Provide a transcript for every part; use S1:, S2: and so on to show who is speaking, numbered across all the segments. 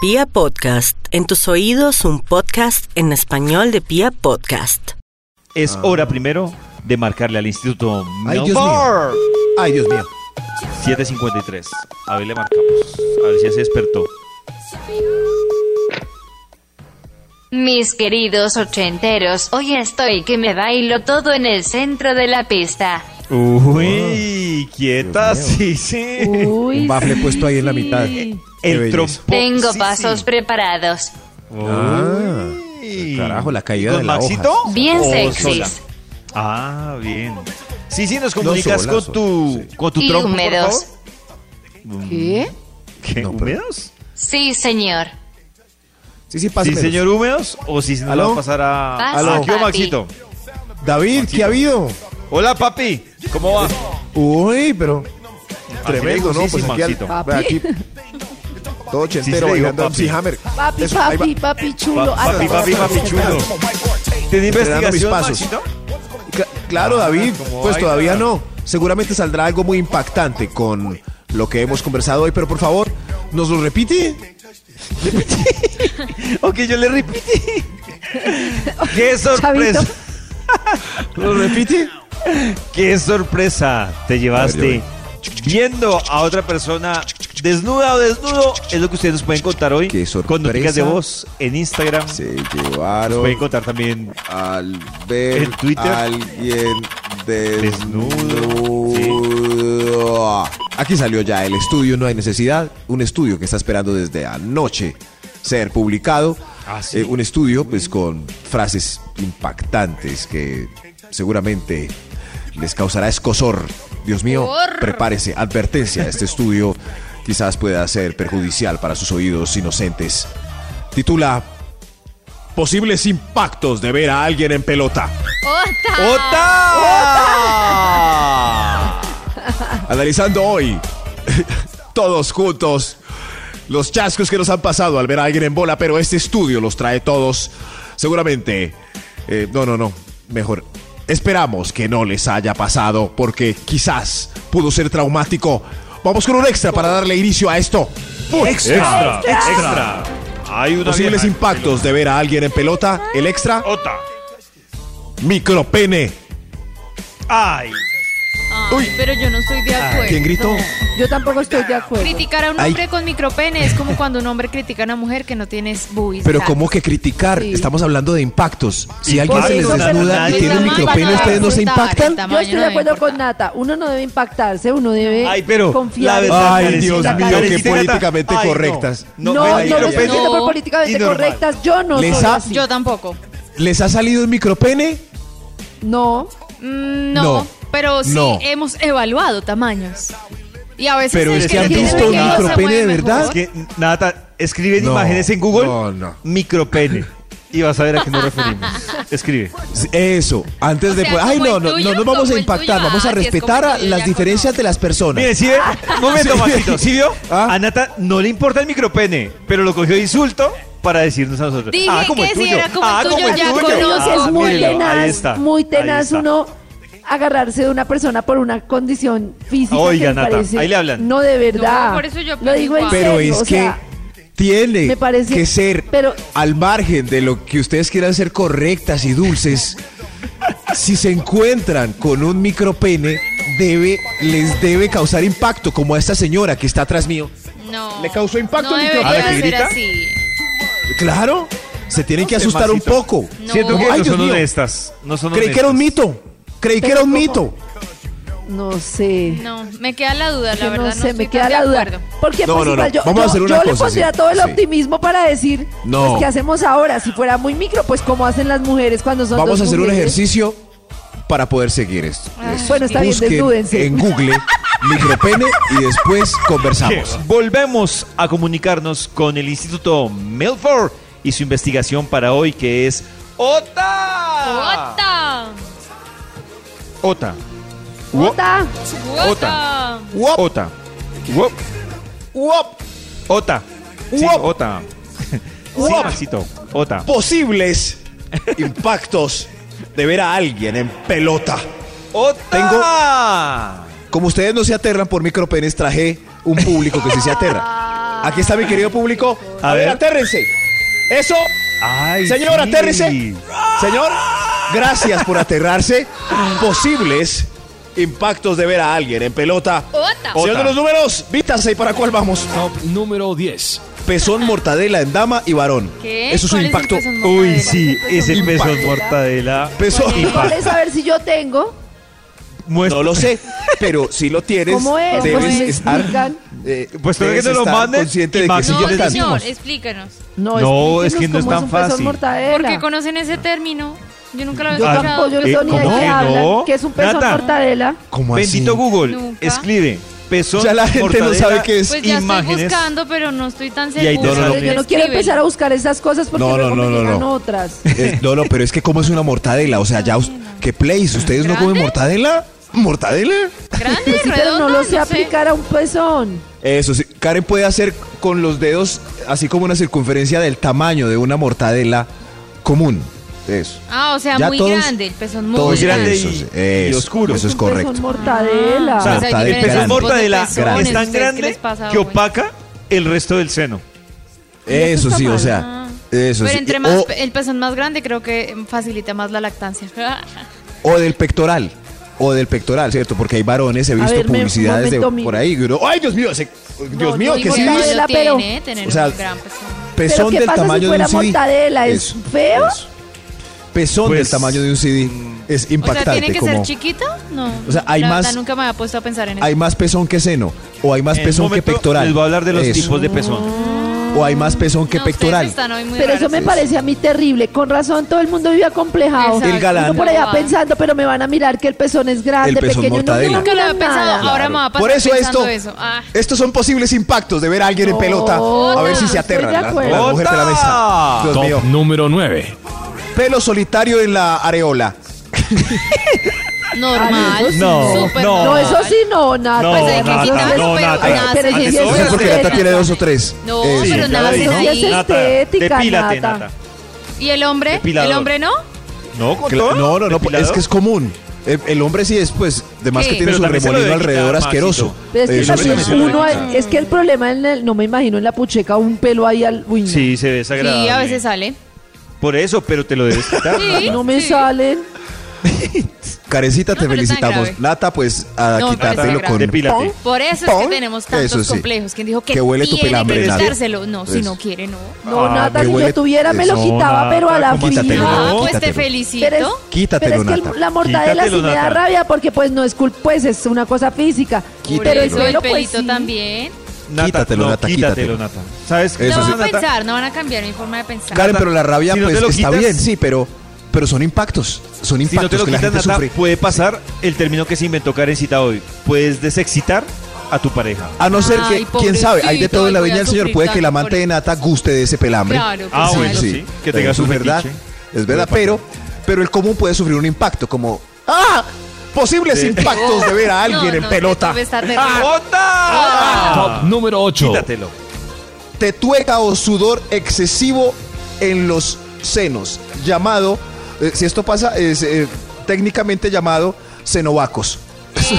S1: Pia Podcast, en tus oídos un podcast en español de Pia Podcast.
S2: Es hora primero de marcarle al Instituto
S3: Ah. Ay, Dios
S2: Milford.
S3: Ay, Dios mío.
S2: 753. A ver, le marcamos. A ver si ya se despertó.
S4: Mis queridos ochenteros, hoy estoy que me bailo todo en el centro de la pista.
S2: Uy, quieta,
S3: Ah. Dios mío.
S2: sí, sí.
S3: Un bafle puesto ahí en la mitad. Qué
S2: El
S3: belleza.
S2: trompo.
S4: Tengo
S2: Oh, sí,
S4: pasos
S2: sí.
S4: preparados,
S3: Ah,
S2: Uy.
S3: carajo, la caída
S2: ¿Con
S3: de la
S2: Maxito?
S3: hoja.
S4: bien
S2: ¿O sola?
S4: sexys
S2: Ah, bien. Sí, sí, nos comunicas
S3: sola,
S2: con,
S3: sola,
S2: tu,
S3: sí.
S2: con tu
S4: y
S2: trompo, por
S4: húmedos.
S2: favor.
S5: ¿Qué?
S2: ¿Qué?
S3: No, pero-
S2: ¿Húmedos?
S4: Sí, señor.
S3: Sí, Ah, sí,
S2: Sí,
S3: pásamelo.
S2: señor, húmedos. O si se nos
S3: ¿Aló?
S2: va a pasar a.
S4: Pasa,
S2: ¿A qué,
S4: papi.
S2: Maxito?
S3: David, ¿qué ha habido?
S2: Hola, papi. ¿Cómo va?
S3: Uy, pero tremendo,
S2: Así le digo,
S3: ¿no?
S2: sí,
S3: Pues
S2: sí,
S3: aquí, al-
S2: Maxito.
S5: Papi.
S3: ve aquí. Todo
S2: Sí, sí,
S3: chentero
S2: le digo,
S3: bailando
S2: papi.
S3: MC Hammer.
S5: Papi,
S3: Eso, ahí va.
S5: papi, papi chulo.
S2: Pa- Eh, papi, papi, papi chulo. ¿Tiene
S3: Entrenando mis
S2: investigación,
S3: pasos.
S2: Maxito?
S3: Cla- claro, David,
S2: Ah, como
S3: pues
S2: baila.
S3: todavía no. Seguramente saldrá algo muy impactante con lo que hemos conversado hoy, pero por favor, ¿nos lo repite?
S2: Ok, yo le repetí. ¡Qué sorpresa!
S5: Chavito.
S3: ¿Nos lo repite?
S2: ¡Qué sorpresa te llevaste! Viendo a otra persona desnuda o desnudo es lo que ustedes nos pueden contar hoy.
S3: Qué
S2: Con noticias de
S3: sorpresa.
S2: voz en Instagram.
S3: Se
S2: Nos pueden
S3: llevaron
S2: contar también
S3: al ver
S2: ¿En Twitter?
S3: a alguien
S2: Desnudo,
S3: desnudo.
S2: sí.
S3: Aquí salió ya el estudio, no hay necesidad. Un estudio que está esperando desde anoche ser publicado.
S2: Ah, sí.
S3: Eh, un estudio pues con frases impactantes que seguramente les causará escosor. Dios mío, prepárese, advertencia, este estudio quizás pueda ser perjudicial para sus oídos inocentes. Titula Posibles impactos de ver a alguien en pelota.
S2: ¡Ota!
S3: Analizando hoy, todos juntos, los chascos que nos han pasado al ver a alguien en bola, pero este estudio los trae todos. Seguramente, eh, no, no, no, mejor. Esperamos que no les haya pasado, porque quizás pudo ser traumático. Vamos con un extra para darle inicio a esto.
S2: ¡Extra! ¡Extra! Hay una
S3: Posibles
S2: vieja.
S3: impactos de ver a alguien en pelota. El extra,
S2: ¡Ota!
S3: micropene.
S2: ¡Ay!
S6: Uy, pero yo no estoy de acuerdo.
S3: ¿Quién gritó?
S5: Yo tampoco estoy de acuerdo.
S6: Criticar a un
S3: Ay.
S6: hombre con micropene es como cuando un hombre critica a una mujer que no tienes boobies.
S3: Pero
S6: O sea,
S3: ¿cómo que criticar?
S5: Sí.
S3: Estamos hablando de impactos. Si alguien
S2: por
S3: se les
S2: eso, pero
S3: desnuda y
S2: nadie
S3: tiene un
S5: está
S3: micropene,
S5: mal.
S3: ¿ustedes no se
S6: Está mal,
S3: impactan?
S6: está mal.
S5: Yo
S6: Tamaño
S5: estoy
S6: no
S5: de
S6: me
S5: acuerdo
S6: importa.
S5: con Nata. Uno no debe impactarse, uno debe
S2: Ay, pero
S5: confiar.
S2: la verdad,
S3: Ay,
S2: Karencita,
S3: Dios mío, qué
S2: Karencita,
S3: políticamente
S2: ay, no.
S3: correctas.
S5: no,
S2: ven
S5: no,
S2: ahí,
S5: no,
S2: pero
S5: lo
S2: ven.
S5: entiendo por políticamente
S2: Inormal.
S5: correctas. Yo no
S3: Les
S5: soy
S3: ha-
S5: así.
S6: Yo tampoco.
S3: ¿Les ha salido un micropene?
S5: No.
S6: Mm, No,
S3: No.
S6: pero sí
S3: No.
S6: hemos evaluado tamaños. Y a veces
S3: Pero
S6: el
S3: es que han
S6: tiene
S2: visto
S6: pequeño se
S3: micropene
S6: mueve
S3: de
S6: mejor.
S3: verdad.
S2: Es que, Nata, escriben
S3: No,
S2: imágenes en Google.
S3: no, no.
S2: Micropene. Y vas a ver a qué nos referimos. Escribe.
S3: Eso, antes
S6: O
S3: de...
S6: sea,
S3: pues, Ay,
S6: como
S3: no,
S6: el
S3: no,
S6: tuyo,
S3: no nos vamos
S6: como
S3: a
S6: el
S3: impactar,
S6: tuyo,
S3: vamos a
S6: así es como
S3: respetar
S6: el
S3: a
S6: tuyo,
S3: las
S6: ya
S3: diferencias
S6: conozco.
S3: de las personas.
S2: Mire, ¿sí ve? Un momento,
S3: Sí.
S2: Maxito. ¿Sí vio?
S3: Ah.
S2: A Nata no le importa el micropene, pero lo cogió de insulto para decirnos a nosotros.
S6: Dije
S2: ah, como
S6: que
S2: el
S6: si
S2: tuyo.
S6: era como el
S2: ah,
S6: tuyo,
S2: como el
S6: ya
S2: tuyo.
S6: conozco.
S2: Ah,
S5: es muy
S2: mírelo, ahí
S5: tenaz,
S2: está,
S5: muy
S2: ahí
S5: tenaz
S2: está.
S5: uno agarrarse de una persona por una condición física.
S2: Oiga,
S5: que me
S2: Nata,
S5: parece-
S2: ahí le hablan.
S5: No, de verdad.
S6: No, por eso yo
S5: Lo digo en
S6: pienso
S3: Pero
S5: serio,
S3: es
S5: o
S3: que
S5: sea,
S3: tiene
S5: me parece-
S3: que ser
S5: pero-
S3: al margen de lo que ustedes quieran ser correctas y dulces. si se encuentran con un micropene, debe, les debe causar impacto, como a esta señora que está atrás mío.
S6: No.
S3: ¿Le causó impacto
S6: no
S3: el
S6: debería
S3: micropene?
S2: ¿A la
S6: ser
S2: tigrita?
S6: así.
S3: Claro, se tienen que
S2: No sé,
S3: asustar un
S2: Maxito.
S3: poco.
S6: No.
S2: Siento que
S3: Ay,
S2: no
S3: Dios
S2: son
S3: mío.
S2: honestas. No son
S3: Creí que era un
S2: honestas.
S3: mito. Creí que era un mito.
S5: no sé.
S6: No, me queda la duda, la
S5: que
S6: verdad.
S5: no sé,
S6: estoy
S5: me queda
S6: tan de
S5: la duda.
S6: acuerdo.
S5: Porque
S3: No,
S5: pues
S3: no, no.
S5: igual yo,
S3: Vamos a
S5: yo-
S3: hacer una
S5: yo
S3: cosa,
S5: le pondría
S3: sí,
S5: todo el
S3: sí.
S5: optimismo para decir,
S3: No.
S5: pues, ¿qué hacemos ahora? Si fuera muy micro, pues como hacen las mujeres cuando son
S3: Vamos
S5: dos
S3: a hacer un
S5: mujeres?
S3: ejercicio para poder seguir esto. Esto.
S5: Bueno, está bien,
S3: Busquen
S5: desnúdense.
S3: en Google micropene y después conversamos.
S2: Volvemos a comunicarnos con el Instituto Milford y su investigación para hoy que es OTA. OTA.
S6: ¡Ota!
S5: Puta.
S6: ¡Ota!
S3: Uop,
S2: OTA. Uop.
S3: uop.
S2: OTA. Sí,
S3: Uop.
S2: OTA. Sí,
S3: Uop.
S2: Maxito. OTA.
S3: Posibles impactos de ver a alguien en pelota.
S2: OTA.
S3: Como ustedes no se aterran por micropenes, traje un público que sí se aterra. Aquí está mi querido público.
S2: A
S3: A, ver,
S2: ver.
S3: atérrense. Eso.
S2: Ay,
S3: Señor,
S2: sí.
S3: atérrese. Señor, gracias por aterrarse. Posibles impactos de ver a alguien en pelota.
S7: Ota.
S3: Señor de los números, vítanse y para cuál vamos.
S8: Top número 10.
S3: Pezón, mortadela en dama y varón.
S6: ¿Qué?
S3: Eso es un
S6: ¿Cuál el
S3: impacto.
S6: pezón mortadela?
S2: Uy, sí, ese
S3: Impacto.
S2: pezón mortadela.
S3: Pezón.
S5: ¿Y cuál es? A ver si yo tengo.
S2: Muestra-
S3: No lo sé, pero si lo tienes,
S5: ¿Cómo es?
S3: debes
S6: ¿Cómo es?
S3: estar.
S5: Explican.
S3: eh,
S2: Pues tengo que
S3: debes
S2: te lo
S3: estar
S2: manden
S3: consciente
S2: y
S3: de que
S2: Max
S3: si
S2: y
S3: yo
S6: No,
S2: yo
S3: te-
S2: les
S6: señor,
S2: dimos.
S6: explícanos.
S2: No, es que no es
S5: explíquenos
S2: tan
S5: cómo un pezón
S2: fácil.
S5: mortadela.
S6: Porque conocen ese término. Yo nunca lo
S5: Yo
S6: había
S5: tampoco, yo
S6: escuchado.
S5: no
S2: Eh,
S5: sé ni de
S2: ¿cómo
S5: qué
S2: que
S5: hablan.
S2: no?
S5: que es un pezón
S2: Nata.
S5: mortadela?
S3: ¿Cómo así?
S2: Bendito Google,
S6: Nunca.
S2: escribe pezón
S3: Ya la gente no
S2: mortadela,
S3: sabe qué es.
S6: Pues ya estoy
S2: imágenes.
S6: buscando, pero no estoy tan
S2: Y ahí
S6: segura.
S2: te sale.
S5: yo no quiero empezar a buscar esas cosas porque
S3: No, no,
S5: luego
S3: no,
S5: me
S3: no,
S5: llegan
S3: no.
S5: otras.
S3: Eh, no, no, pero es que ¿cómo es una mortadela? O sea, ya. us- ¿Qué plays? ¿Ustedes no comen
S6: ¿Grande?
S3: mortadela? ¿Mortadela?
S6: Grande,
S5: Pues sí, pero no
S6: redonda,
S5: lo sé
S6: no
S5: aplicar a un pezón.
S3: Eso sí. Karen puede hacer con los dedos, así como una circunferencia del tamaño de una mortadela común. Eso.
S6: Ah, o sea,
S3: Ya
S6: muy
S3: todos-
S6: grande, el pezón muy
S3: todos-
S6: grande.
S2: Eso,
S3: Eso,
S2: sí.
S3: eso,
S2: y oscuro.
S3: Eso es
S5: Un
S3: correcto.
S5: Pezón mortadela.
S6: Ah, o sea,
S3: Mortadela.
S6: hay
S3: El
S6: diferentes
S3: pezón
S6: tipos de
S2: mortadela
S6: pezones,
S2: es tan
S6: ¿ustedes qué les
S2: grande
S6: pasa,
S2: que
S6: bueno?
S2: opaca el resto del seno.
S3: Eso
S5: está
S3: sí, o
S5: mal.
S3: sea. Eso
S6: Pero
S3: sí. Oh.
S6: entre más,
S3: O-
S6: el pezón más grande creo que facilita más la lactancia.
S3: O del pectoral. O del pectoral, ¿cierto? Porque hay varones, he
S5: A
S3: visto
S5: ver, me-
S3: publicidades de,
S5: momento, mi-
S3: por ahí. que uno, ¡Ay, Dios mío! ese- Dios
S5: No,
S3: mío,
S5: no,
S3: que
S5: digo,
S3: sí.
S5: la-
S3: es
S5: Mortadela, pero-
S6: tiene, tener
S3: o sea,
S6: un gran pezón.
S3: Pezón
S5: ¿qué
S3: del
S5: pasa si
S3: tamaño de
S5: fuera
S3: un CD.
S5: mortadela? ¿Es
S3: Eso,
S5: feo?
S3: eso. Pezón
S2: Pues,
S3: del tamaño de un CD. Es
S6: O sea,
S3: impactante.
S6: ¿tiene que ser
S3: como,
S6: chiquito? No.
S3: O sea, hay
S6: la
S3: más-
S6: verdad, nunca me había puesto a pensar en eso.
S3: hay más pezón que seno. O hay más
S2: En un
S3: pezón que
S2: momento
S3: pectoral.
S2: Les voy a hablar de los
S3: Eso.
S2: tipos de pezón.
S3: O hay más pezón que
S6: No, ustedes
S3: pectoral.
S6: están hoy muy
S5: Pero eso
S6: raros.
S5: me parece a mí terrible. Con razón, todo el mundo vive acomplejado.
S6: Exacto.
S3: El galán.
S5: Uno por allá
S6: Ah.
S5: pensando, pero me van a mirar que el pezón es grande,
S3: El pezón
S5: pequeño. No,
S3: mortadela.
S5: no,
S6: Nunca lo había pensado. Ahora me va a pasar
S3: Por eso
S6: pensando
S3: esto,
S6: eso. Ah.
S3: estos son posibles impactos de ver a alguien en
S5: No,
S3: pelota. A ver si se
S5: estoy
S3: aterra
S5: de
S3: la,
S5: acuerdo.
S3: la mujer de la mesa. Dios
S8: Top
S3: mío.
S8: número 9.
S3: Pelo solitario en la areola.
S5: Ay,
S6: Normal.
S5: "Ah, eso sí.
S2: No,
S6: súper
S2: no.
S5: No,
S6: normal.
S5: eso sí, no, nada.
S2: No,
S6: Pues hay que
S2: Nata,
S6: quitarlo,
S2: no,
S6: pero
S2: Nata.
S6: nada,
S5: Pero
S6: se
S5: sí,
S6: le
S5: sí,
S3: Eso
S5: eso
S6: quita.
S5: es
S3: porque Nata tiene dos o tres.
S6: No,
S3: Eso.
S6: pero
S2: ya
S6: nada,
S2: lo
S6: sí,
S2: dije.
S6: ahí.
S2: Nata,
S5: Estética,
S2: depílate,
S5: Nata.
S2: Nata.
S6: ¿Y el hombre?
S2: Depilador.
S6: ¿El hombre no?
S2: No, con
S3: Cla-
S2: todo.
S3: No, no, no,
S2: Depilado.
S3: es que es común. El, el hombre sí es, pues, de más
S6: Sí.
S3: que tiene
S2: Pero
S3: su
S2: también se lo
S3: remolino
S2: debe quitar,
S3: alrededor
S2: Maxito.
S3: asqueroso.
S5: Pero es que
S3: El hombre
S5: también
S2: también se lo
S5: uno,
S2: debe quitar.
S5: es que el problema, en el- no me imagino en la pucheca un pelo ahí al... Uy, no.
S2: Sí, se ve desagradable.
S6: Sí, a veces sale.
S2: Por eso, pero te lo debes quitar.
S6: Sí.
S5: No me
S6: sí.
S5: salen.
S3: Carecita,
S6: No,
S3: te
S6: pero es tan
S3: felicitamos.
S6: grave.
S3: Nata, pues, a
S6: No, pero
S3: quitártelo
S6: es tan
S3: con...
S6: grave.
S2: Depílate.
S6: Por eso es
S3: Pon.
S6: que tenemos tantos
S3: Eso sí.
S6: complejos. ¿Quién dijo que,
S3: Que huele tu
S6: tiene
S3: pelambre,
S6: que
S3: Nata.
S6: quitárselo? No, si
S3: Eso.
S6: no quiere, no.
S5: No,
S2: Ah,
S5: Nata,
S3: me
S5: si
S3: huele-
S5: yo tuviera me lo
S3: No,
S5: quitaba, pero a la
S2: Nata,
S5: fría.
S3: quítatelo.
S6: Ah,
S3: No,
S6: pues te
S3: quítatelo.
S6: felicito.
S5: Pero es,
S3: Quítatelo,
S5: pero es que el-
S3: Nata.
S5: la mortadela
S2: Quítatelo,
S5: sí me da
S2: Nata.
S5: rabia porque pues no es culpa, pues es una cosa física.
S3: Quítatelo.
S5: Pero el
S6: Eso, el
S5: pelo pues
S6: pelito
S5: sí.
S6: también.
S2: Nata,
S3: Quítatelo,
S2: no,
S3: Nata,
S2: quítatelo,
S3: quítatelo.
S2: Nata. ¿Sabes qué?
S3: Eso
S6: no
S2: pasa,
S3: sí.
S6: van a
S2: Nata?
S6: pensar, no van a cambiar mi forma de pensar.
S3: Karen, pero la rabia,
S2: Si no te
S3: pues,
S2: lo
S3: está
S2: quitas-
S3: bien, sí, pero, pero son impactos. Son
S2: Si no
S3: impactos
S2: te lo
S3: que la
S2: quitas,
S3: gente
S2: Nata,
S3: sufre.
S2: puede pasar el término que se inventó Karencita hoy. Puedes desexitar a tu pareja.
S3: A no ser
S6: Ay,
S3: que, quién sabe, hay de
S6: pobrecito,
S3: todo en la
S6: ay, voy
S3: viña
S6: a
S3: del señor.
S6: sufrir
S3: Puede que el
S6: tanto
S3: amante
S6: por
S3: de
S6: él.
S3: Nata guste de ese pelambre.
S6: Claro,
S2: Ah,
S6: pues,
S2: bueno,
S6: claro.
S2: sí. Que tenga
S3: es
S2: su
S3: verdad.
S2: fetiche.
S3: Es verdad, pero, pero el común puede sufrir un impacto como... ¡Ah! Posibles
S2: Sí.
S3: impactos de ver a alguien
S6: No,
S3: en
S6: no,
S3: pelota.
S6: debe estar de-
S2: Ah,
S8: Top
S3: Ah.
S6: Ah.
S2: ¡Bota!
S8: número 8.
S2: Quítatelo.
S3: Tetueca o sudor excesivo en los senos. Llamado, eh, si esto pasa, es eh, técnicamente llamado senovacos.
S6: Ese sí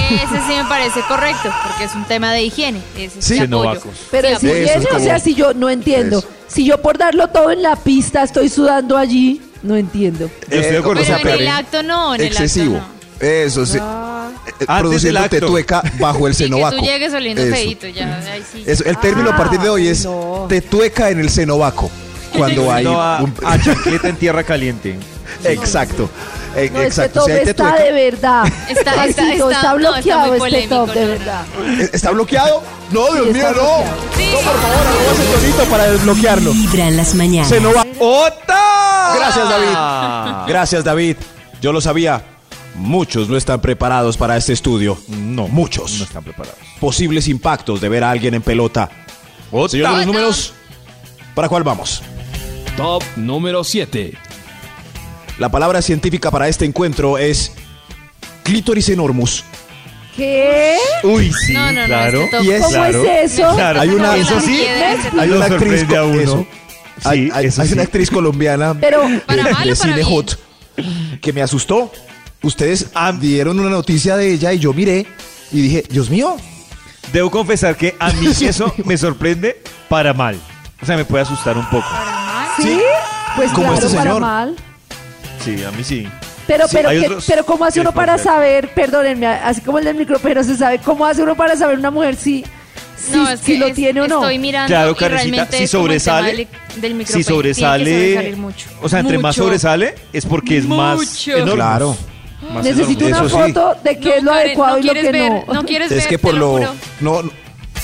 S6: me parece correcto, porque es un tema de higiene. Ese sí,
S3: Sí,
S6: apoyo.
S2: novacos.
S5: Pero
S6: Sí,
S5: es
S3: eso
S6: apoyo.
S3: es
S5: higiene, o
S3: como-
S5: sea, si yo no entiendo.
S3: Eso.
S5: Si yo por darlo todo en la pista estoy sudando allí, no entiendo.
S2: Yo estoy de acuerdo,
S6: Pero
S2: o sea,
S6: en el
S2: pero-
S6: acto no, en el
S3: excesivo.
S6: acto no.
S3: Eso sí. Eh, eh,
S2: Antes del
S3: Produciendo
S2: acto.
S3: tetueca bajo el
S6: Sí, que
S3: senovaco.
S6: tú llegues oliendo
S3: Eso.
S6: feíto, ya, ahí sí.
S3: Eso, el término a
S5: Ah,
S3: partir de hoy es
S5: no.
S3: tetueca en el senovaco. Cuando hay
S2: No, a,
S3: un-
S2: a chancleta en tierra caliente.
S3: exacto. eh,
S5: No, este
S3: exacto.
S5: top
S3: Si hay
S5: está
S3: tetueca,
S5: de verdad.
S6: Está-
S5: Maxito,
S6: está- está- no,
S5: bloqueado
S6: está muy
S5: este top, de
S6: polémico, no, no.
S5: verdad.
S3: eh, ¿está bloqueado? No, Dios
S5: Sí,
S3: mío,
S5: está
S3: no. No,
S5: bloqueado.
S3: por favor, arroba ese tonito para desbloquearlo.
S1: Vibra en las mañanas.
S3: Senovaco.
S2: ¡Ota!
S3: Gracias, David. Gracias, David. Yo lo sabía. Muchos no están preparados para este estudio. No. Muchos.
S2: No están preparados.
S3: Posibles impactos de ver a alguien en pelota. Señor de los números, ¿para cuál vamos?
S8: Top número 7.
S3: La palabra científica para este encuentro es clítoris enormus.
S5: ¿Qué?
S2: Uy, sí,
S6: No, no, no,
S2: claro.
S6: este top-
S3: Y
S5: ¿Cómo
S2: Claro.
S5: es eso?
S2: Claro.
S3: Hay una-
S2: Eso sí,
S3: Hay
S2: Lo
S3: una actriz,
S2: sorprende
S3: co-
S2: a uno.
S3: eso.
S2: Sí,
S3: hay, hay-
S2: eso
S3: hay una
S2: sí.
S3: actriz colombiana
S5: Pero-
S3: de-
S6: ¿Para mal o
S3: de
S6: para
S3: cine
S6: bien?
S3: hot que me asustó. Ustedes
S2: Ah.
S3: dieron una noticia de ella y yo miré y dije, Dios mío,
S2: Debo confesar que a mí eso me sorprende para mal. O sea, me puede asustar un poco.
S5: ¿Sí? Pues
S9: Como
S5: claro,
S9: este
S5: para
S9: señor.
S5: mal.
S2: Sí, a mí sí.
S5: Pero,
S2: Sí,
S5: pero,
S2: hay
S5: ¿qué-
S2: otros
S5: pero ¿cómo hace
S2: que
S5: uno
S2: les
S5: para
S2: pueden
S5: saber? Perdónenme, así como el del micropero se sabe, ¿cómo hace uno para saber una mujer si, si,
S6: No, es
S5: si
S6: que
S5: lo
S6: es-
S5: tiene o no?
S6: Estoy mirando
S2: Claro,
S6: y
S2: Karencita,
S6: realmente
S2: si
S6: es como el tema
S2: sobresale-
S6: del- del micropene.
S2: Si sobresale,
S6: Tiene que sobresalir mucho.
S2: o sea, entre más
S6: Mucho.
S2: sobresale es porque es más
S6: Mucho.
S2: enorme.
S3: Claro.
S2: Más enorme.
S5: Necesito una
S3: Eso sí.
S5: foto de qué
S6: No,
S5: es lo
S6: Karen,
S5: adecuado
S6: no
S5: y lo
S6: quieres
S5: que
S6: ver,
S5: no.
S6: quieres
S3: Es
S6: ver,
S3: que
S6: te
S3: por lo.
S6: juro.
S3: no, no,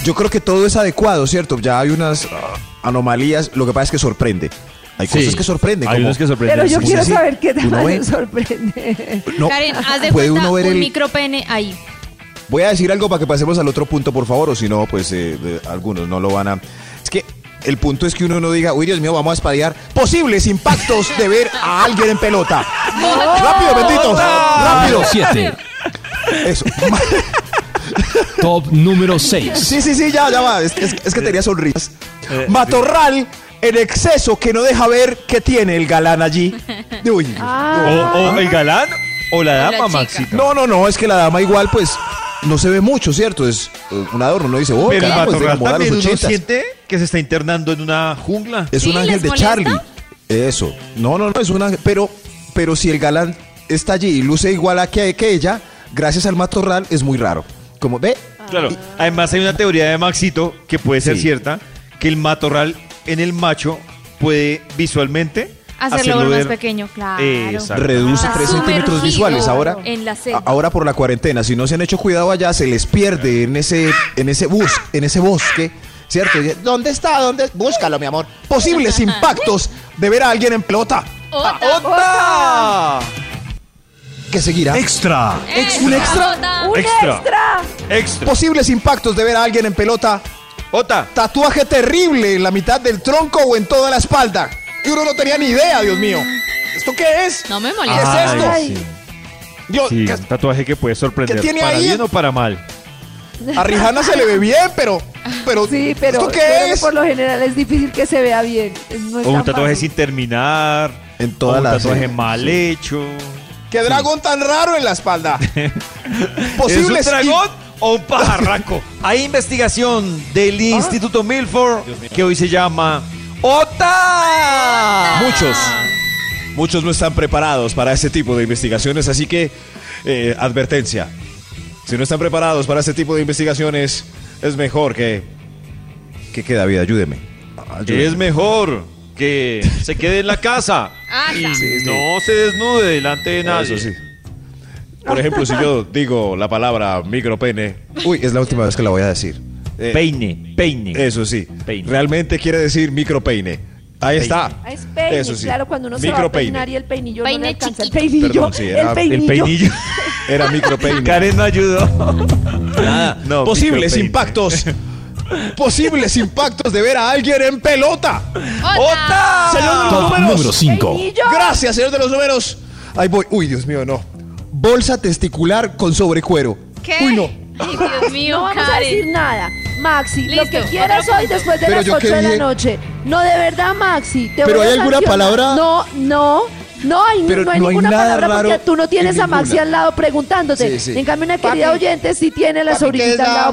S3: yo creo que todo es adecuado, ¿cierto? Ya hay unas ah, anomalías. Lo que pasa es que sorprende. Hay
S2: Sí.
S3: cosas que sorprenden.
S2: Hay
S3: como-
S2: unos que sorprenden.
S5: Pero yo
S3: Sí,
S5: quiero
S3: sí, sí.
S5: saber qué te
S3: Uno ve.
S5: me sorprende.
S3: No,
S6: Karen, haz de
S3: puede
S6: cuenta
S3: uno ver
S6: un
S3: el.
S6: micropene ahí.
S3: Voy a decir algo para que pasemos al otro punto, por favor, o si no, pues eh, de- algunos no lo van a. Es que el punto es que uno no diga, uy, Dios mío, vamos a espadear posibles impactos de ver a alguien en pelota. ¡Rápido, benditos! ¡Rápido!
S8: Número 7.
S3: Eso.
S8: Top número 6.
S3: Sí, sí, sí, ya, ya va. Es, es- es que tenía sonrisas.
S2: Eh,
S3: Matorral en exceso que no deja ver qué tiene el galán allí. Uy.
S6: Ah.
S2: O, o el galán o la
S6: O la
S2: dama,
S6: chica.
S2: Maxito.
S3: No, no, no, es que la dama igual, pues, no se ve mucho, ¿cierto? Es eh, un adorno, no dice, oh,
S2: Pero el
S3: caramba, es de
S2: matorral
S3: como de los
S2: también uno
S3: 80s.
S2: siente que se está internando en una jungla.
S3: Es
S6: ¿Sí?
S3: un ángel
S6: ¿Les
S3: de
S6: molesta?
S3: Charlie. Eso. No, no, no, es un ángel. Pero, pero si el galán está allí y luce igual a que, que ella, gracias al matorral, es muy raro. Como, ve,
S2: Claro. Además hay una teoría de Maxito que puede ser
S3: Sí.
S2: cierta, que el matorral en el macho puede visualmente
S6: Hacerlo ver más pequeño, claro.
S2: Exacto.
S3: reduce
S6: Está
S3: 3 centímetros
S6: sumergido
S3: visuales. Ahora,
S6: en la selva.
S3: a- ahora por la cuarentena, si no se han hecho cuidado allá, se les pierde en ese, en ese bus, en ese bosque. ¿Cierto? Y, ¿Dónde está? ¿Dónde? Búscalo, mi amor. Posibles impactos de ver a alguien en pelota.
S6: Ota.
S2: Ah,
S3: ¿Qué seguirá?
S8: Extra.
S3: ¿Un extra?
S6: eh, Ota.
S5: ¡Un
S2: Extra.
S5: extra!
S2: Extra.
S3: Posibles impactos de ver a alguien en pelota.
S2: Ota.
S3: Tatuaje terrible en la mitad del tronco o en toda la espalda. Y uno no tenía ni idea, Dios mío. ¿Esto qué es?
S6: No me
S3: ¿Qué
S6: molesta.
S3: es esto?
S5: Ay.
S3: Dios,
S2: Sí,
S3: que-
S2: un tatuaje que puede sorprender.
S3: ¿Qué tiene
S2: ¿Para
S3: ahí?
S2: bien o para mal?
S3: a Rijana se le ve bien, pero, pero,
S5: Sí, pero,
S3: ¿esto qué
S5: pero
S3: es?
S5: por lo general es difícil que se vea bien. No es
S2: O un
S5: tan
S2: tatuaje
S5: fácil.
S2: sin terminar.
S3: En todas
S2: o un
S3: las-
S2: tatuaje
S3: sí.
S2: mal hecho.
S3: ¿Qué dragón tan raro en la espalda?
S2: ¿Es
S3: Posibles
S2: un dragón o un pajarraco? Ah. Hay investigación del Instituto Milford que hoy se llama OTA.
S3: Muchos, muchos no están preparados para este tipo de investigaciones, así que eh, advertencia. Si no están preparados para este tipo de investigaciones, es mejor que... ¿Qué queda, vida? Ayúdeme. Ayúdeme.
S2: Es mejor que se quede en la casa
S6: Ah,
S2: y no se desnude delante de nadie.
S3: Eso sí. Por ejemplo, si yo digo la palabra micropene... Uy, es la última vez que la voy a decir. Eh,
S2: Peine, peine.
S3: Eso sí.
S2: Peine.
S3: Realmente quiere decir micropeine. Ahí está.
S5: Ah, Es peine,
S3: Eso sí.
S5: claro, cuando uno se va a
S3: Micropeine.
S5: peinar y el peinillo no
S6: Peine
S5: le alcanza. El
S6: chiquito.
S5: peinillo,
S3: Perdón, sí, era
S5: el
S3: el
S5: peinillo.
S2: El peinillo.
S3: Era micropeine.
S2: Karen no ayudó. No,
S3: Posibles
S2: micropeine.
S3: impactos. Posibles impactos de ver a alguien en pelota.
S6: Ota.
S3: Señor de los
S8: Top
S3: números.
S8: número 5.
S5: ¡Peinillo!
S3: Gracias, señor de los números. Ahí voy. Uy, Dios mío, no. Bolsa testicular con sobrecuero.
S6: ¿Qué?
S3: Uy, no.
S6: Ay, Dios mío,
S5: No vamos a
S6: Karen.
S5: decir nada. Maxi, lo
S6: Listo,
S5: que quieras
S6: otro
S5: hoy
S6: punto.
S5: después de
S3: Pero
S5: las
S3: yo
S5: 8
S3: qué
S5: de la
S3: dije.
S5: noche. No, de verdad, Maxi. te
S3: Pero
S5: voy a
S3: ¿hay alguna
S5: sancionar.
S3: palabra?
S5: No, no. No hay,
S3: Pero
S5: no hay
S3: no hay
S5: ninguna
S3: nada
S5: palabra porque
S3: raro
S5: tú no tienes
S3: en
S5: a Maxi
S3: ninguna.
S5: al lado preguntándote.
S3: Sí, sí.
S5: En cambio, una querida
S3: Papi,
S5: oyente sí tiene la
S3: Papi, ¿qué es
S5: sobrinita al
S3: la-
S5: lado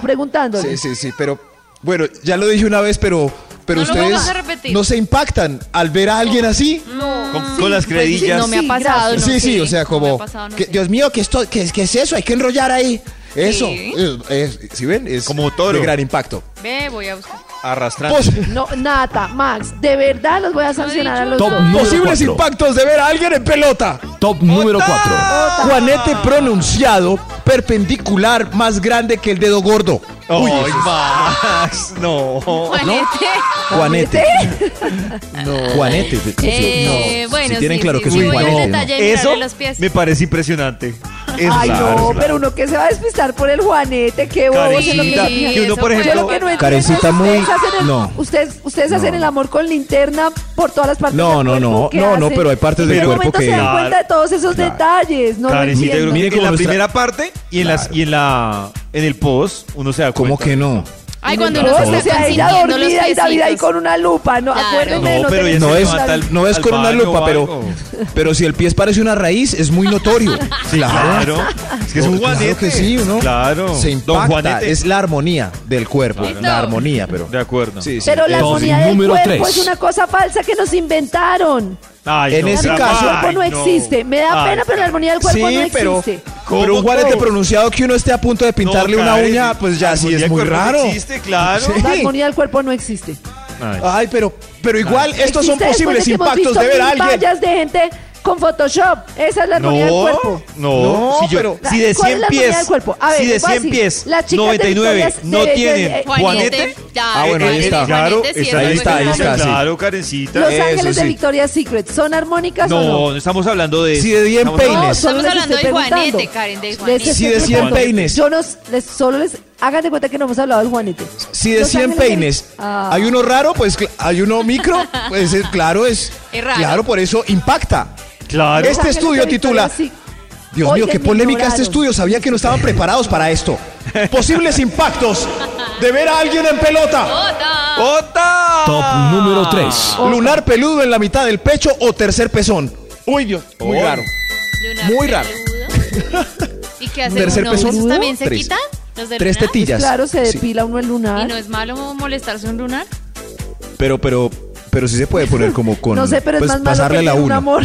S3: Sí,
S5: preguntándole.
S3: sí, sí, pero bueno, ya lo dije una vez, pero, pero
S6: No lo
S3: ustedes
S6: vamos a repetir.
S3: no se impactan al ver a alguien así.
S2: Con, con las
S6: Pues, sí,
S2: credillas.
S6: no me ha
S5: Sí,
S6: pasado.
S5: gracias.
S6: no,
S3: sí, sí, o sea,
S6: no me ha
S3: como.
S6: pasado, no
S3: que-
S6: sé.
S3: Dios mío, ¿qué, esto, qué, es- qué es eso? Hay que enrollar ahí. Eso.
S6: Sí.
S3: Es- es- ¿Sí ven? Es
S2: Como toro.
S3: De gran impacto.
S6: Ve, voy a buscar.
S2: Arrastrando.
S3: Pos-
S5: No, Nata, Max, de verdad los voy a sancionar a los
S8: Top
S5: dos.
S8: número
S3: posibles
S8: 4.
S3: impactos de ver a alguien en pelota.
S8: Top número 4.
S3: Juanete pronunciado, perpendicular, más grande que el dedo gordo.
S2: Uy, Max, no.
S6: Juanete.
S3: Juanete. Juanete.
S6: Eh,
S3: No,
S6: bueno,
S3: si tienen
S6: sí,
S3: claro
S6: sí,
S3: que
S6: sí,
S3: soy
S6: voy al
S3: Juanete, no.
S6: detalle de
S2: Eso
S6: mirarle los pies.
S2: me parece impresionante. Eso,
S5: Ay, no,
S2: claro, claro.
S5: pero uno que se va a despistar por el Juanete, qué bobo.
S2: Karencita,
S5: se lo que
S6: Sí,
S2: que uno,
S6: eso
S2: por
S5: Yo
S6: fue.
S5: lo
S2: ejemplo,
S5: que no entiendo es
S3: Karencita muy-
S5: ustedes hacen el-
S3: no.
S5: Ustedes, ustedes hacen el amor con linterna por todas las partes
S3: No,
S5: del
S3: no,
S5: cuerpo
S3: no,
S5: que
S3: no, no,
S5: hacen.
S3: pero hay partes
S5: ¿En
S3: del
S5: qué
S3: cuerpo
S5: momento
S3: que-
S5: se dan
S2: Claro.
S5: cuenta de todos esos detalles. No lo
S2: Karencita, yo creo
S5: entiendo.
S2: que
S3: Mire
S2: en
S3: cómo
S2: la
S3: nuestra-
S2: primera parte y en, las, y en la en el post uno se da
S3: ¿Cómo
S2: cuenta.
S3: que no?
S6: Ay, cuando
S5: No,
S6: uno se
S5: o
S6: está
S5: sea, ella
S6: consintiendo los
S5: dormida y David ahí
S6: piecitos.
S5: con una lupa, ¿no?
S6: Claro.
S5: Acuérdense,
S2: No, pero
S5: tenés
S2: ella
S3: No
S5: que
S2: se
S3: es,
S2: va
S5: usar-
S2: hasta el-
S3: no es
S2: al
S3: con una
S2: baño o
S3: lupa, pero,
S2: algo.
S3: pero si el pie parece una raíz, es muy notorio.
S2: Claro. Es que es un
S3: Claro
S2: Juanete.
S3: que sí, ¿no?
S2: Claro.
S3: Se
S2: Don
S3: impacta.
S2: Juanete.
S3: Es la armonía del cuerpo.
S6: Listo.
S3: La armonía, pero.
S2: De acuerdo.
S3: Sí, Eh, sí.
S5: Pero la
S8: Top
S5: armonía del
S8: número
S5: cuerpo
S8: tres.
S5: es una cosa falsa que nos inventaron.
S2: Ay,
S3: En ese
S5: La
S2: Rafa,
S5: armonía del
S3: caso-
S5: cuerpo no
S2: ay,
S5: existe. Me da
S2: Ay,
S5: pena, pero la armonía del cuerpo no
S3: sí,
S5: existe.
S3: pero,
S2: ¿Cómo,
S3: pero un juanete
S2: cómo?
S3: pronunciado que uno esté a punto de pintarle
S2: No,
S3: una
S2: Karen,
S3: uña, pues ya sí
S2: armonía
S3: es muy
S2: cuerpo no
S3: raro.
S2: Existe, claro.
S3: Sí.
S5: La armonía del cuerpo no existe.
S2: Ay.
S3: Ay, pero, pero igual, estos son
S5: Existe después
S3: posibles
S5: que hemos
S3: impactos
S5: visto
S3: de ver a
S5: mil
S3: alguien.
S5: vallas de gente con Photoshop. Esa es la armonía del cuerpo.
S2: no,
S3: No,
S2: si, yo-
S3: pero-
S2: si de
S5: ¿Cuál es
S2: 100
S5: la armonía
S2: pies,
S5: del cuerpo? A ver,
S2: si de
S5: les voy a
S2: 100
S5: decir,
S2: pies,
S5: las chicas de
S2: 99
S5: Victoria's
S2: no
S5: de-
S2: tienen
S5: de-
S2: Juanete.
S6: ya, Eh,
S3: Ah, bueno, ahí
S6: Juanete,
S3: está.
S2: Claro,
S6: Juanete, sí,
S2: está-
S6: es
S3: ahí está, ahí
S6: verdad.
S3: está, sí.
S2: Claro, Karencita.
S5: Los
S3: Eso
S5: Ángeles de
S3: sí.
S5: Victoria's Secret, ¿son armónicas
S2: No,
S5: o no?
S2: no estamos hablando de.
S3: Si de 10
S2: estamos
S3: peines. No,
S5: No, solo
S6: estamos
S5: les
S6: hablando
S5: estoy
S6: de Juanete,
S5: preguntando.
S6: Karen, del
S5: Les
S6: Juanete.
S5: estoy
S3: Sí, de cien
S5: preguntando.
S3: peines.
S5: Yo nos, les, solo les, hagan de cuenta que no hemos hablado del Juanete.
S3: Si de
S5: Los
S3: 100
S5: Ángeles de-
S3: peines
S5: Ah.
S3: hay uno raro, pues cl- hay uno micro, pues eh, claro, es,
S6: Es raro.
S3: claro, por eso impacta.
S2: Claro.
S3: Este estudio titula, Dios mío,
S5: Oigan,
S3: qué
S5: me
S3: polémica este
S5: ignoraron.
S3: estudio, sabían que no estaban preparados para esto. Posibles impactos de ver a alguien en pelota,
S2: ¡Ota!
S8: Top número 3.
S3: lunar peludo en la mitad del pecho o tercer pezón. Uy, Dios, muy
S2: Oh.
S3: raro.
S6: Lunar
S3: Muy raro.
S6: peludo. ¿Y qué hace
S3: Tercer
S6: uno?
S3: pezón.
S6: ¿Esos también se
S3: Tres.
S6: quitan? ¿Los de
S3: Tres
S6: lunar?
S3: tetillas.
S5: Claro, se
S3: Sí.
S5: depila uno el
S6: ¿Y
S5: lunar.
S6: no es malo molestarse un lunar?
S3: Pero, pero, pero sí se puede poner como con,
S5: no sé, pero
S3: pues,
S5: es más malo
S3: pasarle
S5: que
S3: la
S5: un
S3: una.
S5: amor.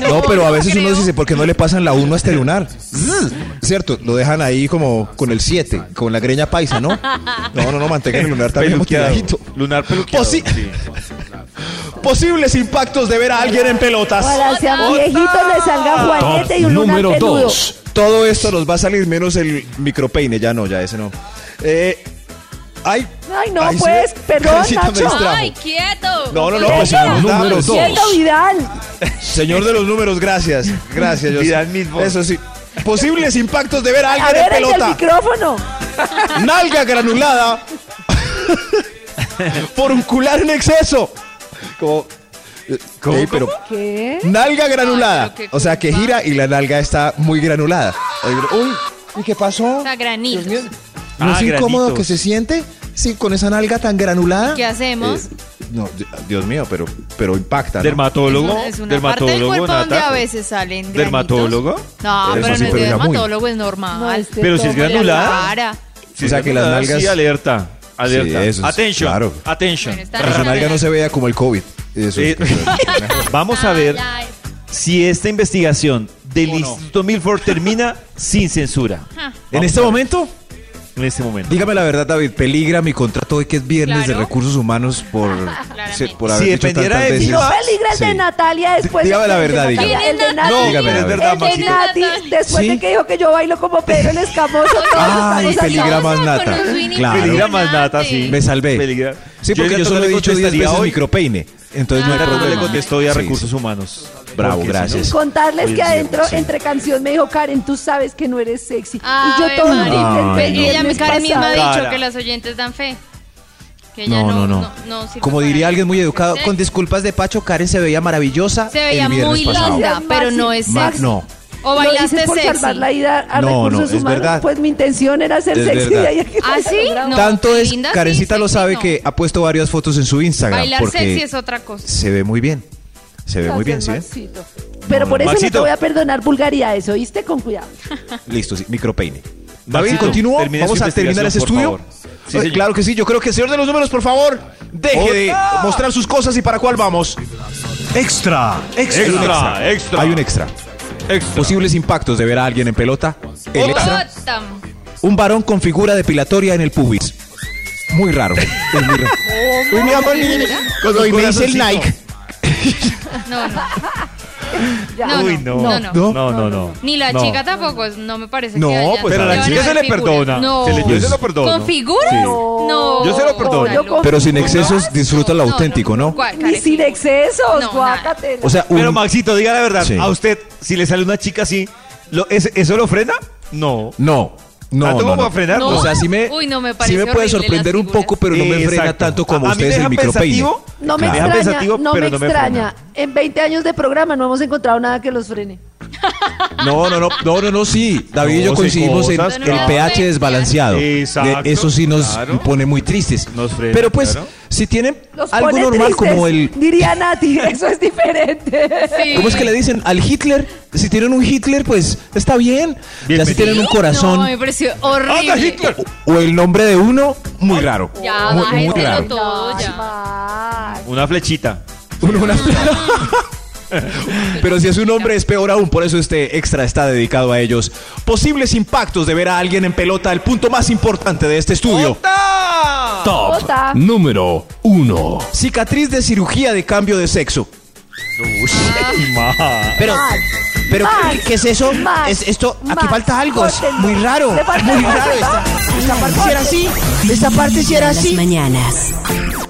S3: No, pero a veces uno
S6: creo.
S3: dice, ¿por qué no le pasan la 1 a este lunar? Mm, Cierto, lo dejan ahí como con el 7, con la greña paisa, ¿no? No, no, no, mantengan el lunar también
S2: Peluqueado.
S3: motivadito.
S2: Lunar peluqueado.
S3: O sí.
S2: sí.
S3: Posibles impactos de ver a alguien en pelotas.
S5: Para que a viejitos le salga
S8: Top
S5: Juanete Ah. y un lunar
S8: número
S5: peludo.
S8: 2.
S3: Todo esto nos va a salir menos el micropeine, ya no, ya ese no. Eh, ay,
S5: Ay, no,
S3: Ay, sí,
S5: pues, perdón,
S3: Karencita, me
S5: Nacho.
S3: distrajo.
S6: ¡Ay, quieto!
S3: No, no, no, pues,
S5: Venga,
S3: señor,
S8: número
S3: números.
S8: dos.
S5: Siento Vidal.
S3: señor de los números, gracias. Gracias, yo
S2: Vidal mismo.
S3: Eso sí. Posibles impactos de ver a
S5: A
S3: alguien en
S5: ver, el del
S3: pelota.
S5: micrófono.
S3: nalga granulada, foruncular en exceso. Como, eh, eh, pero
S5: ¿Qué?
S3: nalga granulada.
S6: Ay, pero qué
S3: o sea, que
S6: culpa.
S3: gira y la nalga está muy granulada. Uy, ¿y qué pasó?
S6: O sea, granitos.
S3: Dios mío, ¿No
S2: Ah,
S3: es incómodo
S2: granitos.
S3: que se siente? Sí, con esa nalga tan granulada.
S6: ¿Qué hacemos?
S3: Eh, no, di- Dios mío, pero, pero impacta. ¿no?
S2: Dermatólogo.
S6: Es una parte del
S2: Dermatólogo,
S6: cuerpo donde
S2: Nata.
S6: a veces salen granitos.
S2: ¿Dermatólogo?
S6: No,
S3: Eso
S6: pero
S3: sí,
S6: no
S3: pero
S6: es de
S3: ya muy.
S6: dermatólogo, es normal.
S5: No, este
S2: Pero si es
S5: toma la
S2: granulada.
S6: Cara.
S2: Sí,
S3: O sea, que las
S2: ah,
S3: nalgas-
S2: Sí, alerta. Alerta.
S3: Sí, eso es-
S2: Attention.
S3: claro.
S2: Attention.
S6: Bueno, está-
S3: Que Su nalga no se vea como el COVID. Eso es-
S2: Eh, Vamos a ver
S6: Ay, ay.
S2: si esta investigación del Instituto Milford termina sin censura.
S6: Ja.
S3: en este momento,
S2: En este momento.
S3: dígame la verdad, David, peligra mi contrato hoy que es viernes de
S6: Claro.
S3: recursos humanos por,
S6: Claramente.
S3: por haber
S2: Si
S3: dicho
S2: dependiera
S3: tantas
S2: de mí,
S5: Y
S3: veces.
S5: no peligra el de
S3: Sí.
S5: Natalia después.
S3: Dígame
S5: de-
S3: la
S5: el de
S3: verdad,
S5: Natalia,
S3: dígame.
S5: El de Nati.
S2: No, dígame la
S5: el
S2: verdad,
S5: de
S2: Maxito.
S5: Nati, después de
S3: Sí.
S5: que dijo que yo bailo como Pedro el Escamoso. todos
S3: Ay,
S5: estamos acá.
S3: peligra más
S6: Con
S3: nata.
S6: un swing
S3: Claro.
S2: Peligra más nata, sí.
S3: Me salvé.
S2: Peligra.
S3: Sí, porque yo,
S2: Hernando
S3: solo
S2: le
S3: he dicho 10
S2: contestaría
S3: veces
S2: hoy,
S3: micropeine. Entonces no hay
S2: Hernando
S3: problema.
S2: le contestó hoy a
S3: Sí, sí.
S2: Recursos Humanos.
S3: Bravo,
S2: Porque si no-
S3: gracias.
S5: Contarles
S2: Oye,
S5: que
S2: sí,
S5: adentro,
S3: sí.
S5: entre canción, me dijo Karen, tú sabes que no eres sexy.
S6: Ah,
S5: y yo todo
S6: María.
S5: lo
S3: Ay,
S5: intenté.
S3: no.
S6: Ella,
S5: el mes
S6: Karen misma ha
S5: pasado.
S6: dicho
S2: Cara.
S6: que las oyentes dan fe. Que ella
S3: No, no, no.
S6: sirve
S3: Como
S6: pues, para
S3: diría
S6: nada.
S3: alguien muy educado,
S6: Sí.
S3: con disculpas de Pacho, Karen se veía maravillosa.
S6: Se veía
S3: el viernes
S6: muy
S3: pasado.
S6: linda,
S5: Gracias,
S6: pero no
S5: Maxi.
S6: es
S3: Ma-
S6: sexy.
S3: no.
S6: O
S5: Lo hice
S6: bailaste
S5: por salvar la
S6: sexy.
S5: ida a
S3: No, no,
S5: recursos
S3: es
S5: humanos.
S3: verdad.
S5: Pues mi intención era ser
S3: Es
S5: sexy.
S3: verdad.
S5: de ahí a que
S6: ¿Ah,
S5: me
S6: sí?
S5: lograron.
S6: No,
S3: Tanto es,
S6: linda sí,
S3: Karencita lo
S6: sexy
S3: sabe
S6: no.
S3: que ha puesto varias fotos en su Instagram.
S6: Bailar
S3: porque
S6: sexy es otra cosa.
S3: Se ve muy bien. Se ve Eh, muy bien, ¿sí?
S5: Gracias,
S3: ven?
S5: Maxito. Pero por eso no te
S2: Maxito.
S5: voy a perdonar vulgaridades, ¿oíste? Con cuidado.
S3: Listo, sí, micropeine. David,
S2: Maxito,
S3: continúa.
S2: termine
S3: Vamos
S2: su
S3: a terminar ese
S2: investigación,
S3: estudio.
S2: por favor. Sí,
S3: Eh,
S2: señor.
S3: claro que sí, yo creo que señor de los números, por favor, deje de mostrar sus cosas y para cuál vamos. Extra, extra. Hay un
S2: Extra, extra.
S3: Hay un extra.
S2: Extra.
S3: Posibles impactos de ver a alguien en pelota. El
S6: Oh,
S3: extra.
S6: Otam.
S3: Un varón con figura depilatoria en el pubis. Muy raro. Es muy raro.
S6: Oh,
S3: Uy, mi amor, mi- cuando hoy me dice el Nike.
S6: No, no.
S5: Ya.
S6: No,
S2: Uy,
S6: no,
S2: no.
S6: no, no.
S2: No, no, no.
S6: Ni la
S2: No.
S6: chica tampoco, es- no me parece
S3: No,
S6: que haya-
S3: pues,
S2: Pero a
S3: le
S2: la
S3: van
S2: chica
S3: a
S2: se le perdona.
S6: No. Pues,
S2: Se le- yo se lo perdono.
S6: ¿Con figuras? No.
S2: Yo se lo perdono.
S5: Yo con-
S3: Pero sin excesos, disfruta lo
S6: No, no,
S3: auténtico, ¿no?
S6: ¿Cuál,
S5: Ni
S6: Karen?
S5: sin excesos,
S6: No,
S5: guácatela.
S3: O sea, un-
S2: Pero Maxito, diga la verdad.
S3: Sí.
S2: A usted, si le sale una chica así, ¿lo- es- ¿eso lo frena? No.
S3: No, no.
S2: ¿Tanto
S3: no,
S2: como
S3: no.
S2: para frenar?
S6: No.
S3: O sea, sí me,
S6: Uy, no, me
S3: sí
S6: parece
S3: me puede
S6: horrible
S3: sorprender
S6: las
S3: un poco, pero no me
S2: Exacto.
S3: frena tanto como
S2: A- a mí
S3: ustedes
S2: me deja
S3: el micropeine.
S2: pensativo,
S5: No me
S2: Me deja
S5: extraña,
S2: pensativo,
S5: no me
S2: pero no me
S5: extraña. en 20 años de programa no hemos encontrado nada que los frene.
S3: No, no, no, no, no, no, sí. David y
S2: No,
S3: yo
S2: sí,
S3: coincidimos en
S2: cosas,
S3: el
S2: claro.
S3: pH desbalanceado.
S2: Exacto,
S3: De- Eso sí nos
S2: claro.
S3: pone muy tristes.
S2: Nos frena,
S3: Pero pues,
S2: claro.
S3: si tienen
S5: Los
S3: algo
S5: pone
S3: normal
S5: tristes,
S3: como el...
S5: Diría Nati, eso es diferente.
S6: Sí.
S3: ¿Cómo es que le dicen al Hitler? Si tienen un Hitler, pues está bien. Ya si
S2: Bienvenido.
S3: tienen un corazón
S6: No, me pareció
S2: Ah,
S6: horrible.
S3: o el nombre de uno, muy raro.
S6: Ya,
S3: Muy- muy,
S6: bájenselo
S3: raro.
S6: todo, ya.
S5: Max.
S2: Una flechita.
S3: Uno, una- Pero si es un hombre es peor aún, por eso este extra está dedicado a ellos. Posibles impactos de ver a alguien en pelota, el punto más importante de este estudio.
S8: Top
S5: Bota.
S8: número uno.
S3: Cicatriz de cirugía de cambio de sexo.
S2: Ma.
S3: Pero, pero
S5: Max,
S3: ¿qué es eso?
S5: Max,
S3: Es- esto, aquí
S5: Max,
S3: falta algo, es
S5: córtenlo.
S3: muy raro,
S5: Le falta-
S3: muy raro. Esta, esta parte si era así, esta parte si era
S1: Las
S3: así.
S1: mañanas.